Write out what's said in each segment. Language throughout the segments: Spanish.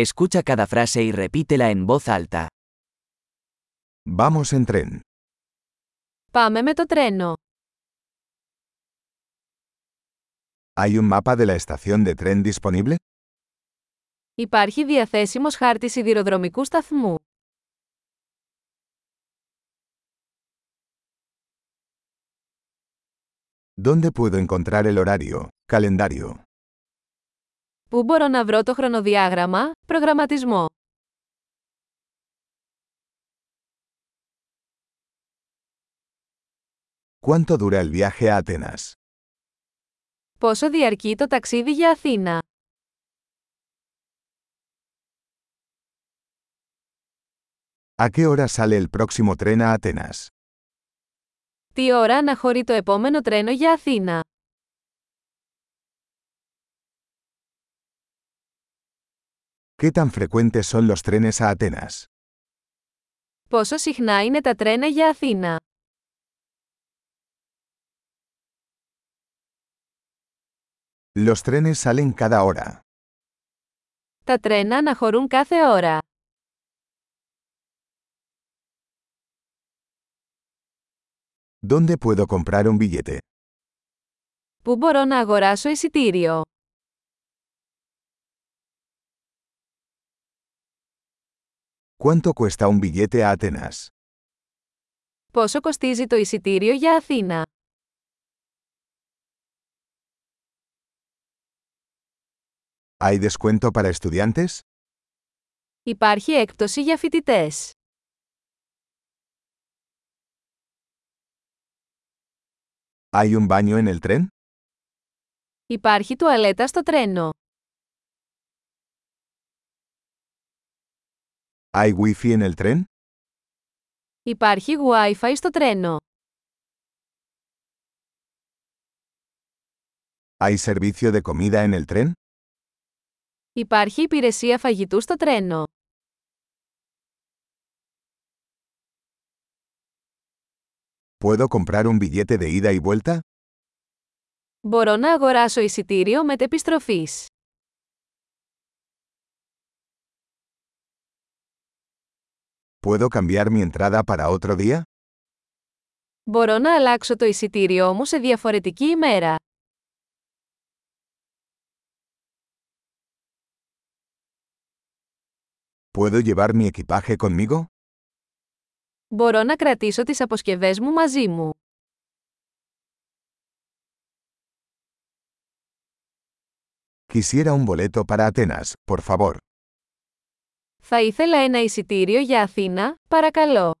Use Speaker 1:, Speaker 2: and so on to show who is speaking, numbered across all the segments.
Speaker 1: Escucha cada frase y repítela en voz alta.
Speaker 2: Vamos en tren.
Speaker 3: Πάμε με το τρένο.
Speaker 2: ¿Hay un mapa de la estación de tren disponible?
Speaker 3: Υπάρχει διαθέσιμος χάρτης σιδηροδρομικού σταθμού.
Speaker 2: ¿Dónde puedo encontrar el horario, calendario?
Speaker 3: Πού μπορώ να βρω το χρονοδιάγραμμα, προγραμματισμό.
Speaker 2: ¿Cuánto dura el viaje a Atenas?
Speaker 3: Πόσο διαρκεί το ταξίδι για Αθήνα.
Speaker 2: ¿A qué hora sale el próximo tren a Atenas?
Speaker 3: Τι ώρα αναχωρεί το επόμενο τρένο για Αθήνα.
Speaker 2: ¿Qué tan frecuentes son los trenes a Atenas?
Speaker 3: Πόσο συχνά είναι τα τρένα για Αθήνα.
Speaker 2: Los trenes salen cada hora.
Speaker 3: Τα τρένα αναχωρούν κάθε ώρα.
Speaker 2: ¿Dónde puedo comprar un billete?
Speaker 3: Πού μπορώ να αγοράσω εισιτήριο.
Speaker 2: ¿Cuánto cuesta un billete a Atenas?
Speaker 3: Πόσο κοστίζει το εισιτήριο για Αθήνα.
Speaker 2: ¿Hay descuento para estudiantes?
Speaker 3: Υπάρχει έκπτωση για φοιτητέ.
Speaker 2: ¿Hay un baño en el tren?
Speaker 3: Υπάρχει τουαλέτα στο τρένο.
Speaker 2: ¿Hay wifi en el tren?
Speaker 3: Υπάρχει Wi-Fi στο τρένο.
Speaker 2: ¿Hay servicio de comida en el tren?
Speaker 3: Υπάρχει υπηρεσία φαγητού στο τρένο.
Speaker 2: ¿Puedo comprar un billete de ida y vuelta?
Speaker 3: Μπορώ να αγοράσω εισιτήριο μετεπιστροφής.
Speaker 2: ¿Puedo cambiar mi entrada para otro día?
Speaker 3: Μπορώ να αλλάξω το εισιτήριό μου σε διαφορετική ημέρα.
Speaker 2: ¿Puedo llevar mi equipaje conmigo?
Speaker 3: Μπορώ να κρατήσω τις αποσκευές μου μαζί μου.
Speaker 2: Quisiera un boleto para Atenas, por favor.
Speaker 3: Θα ήθελα ένα εισιτήριο για Αθήνα, παρακαλώ.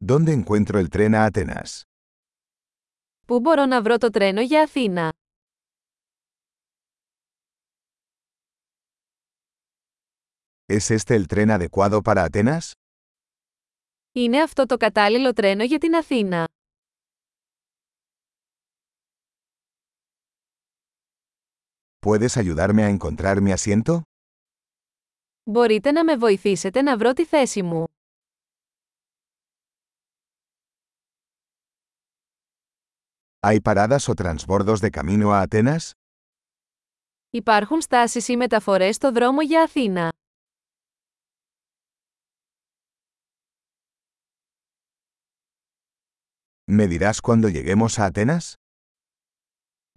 Speaker 2: ¿Dónde encuentro el tren a Atenas?
Speaker 3: Πού μπορώ να βρω το τρένο για Αθήνα.
Speaker 2: ¿Es este el tren adecuado para Atenas?
Speaker 3: Είναι αυτό το κατάλληλο τρένο για την Αθήνα.
Speaker 2: ¿Puedes ayudarme a encontrar mi asiento?
Speaker 3: Μπορείτε να με βοηθήσετε να βρω τη θέση μου.
Speaker 2: ¿Hay paradas o transbordos de camino a Atenas?
Speaker 3: Υπάρχουν στάσεις ή μεταφορές στο δρόμο για Αθήνα.
Speaker 2: ¿Me dirás cuándo lleguemos a Atenas?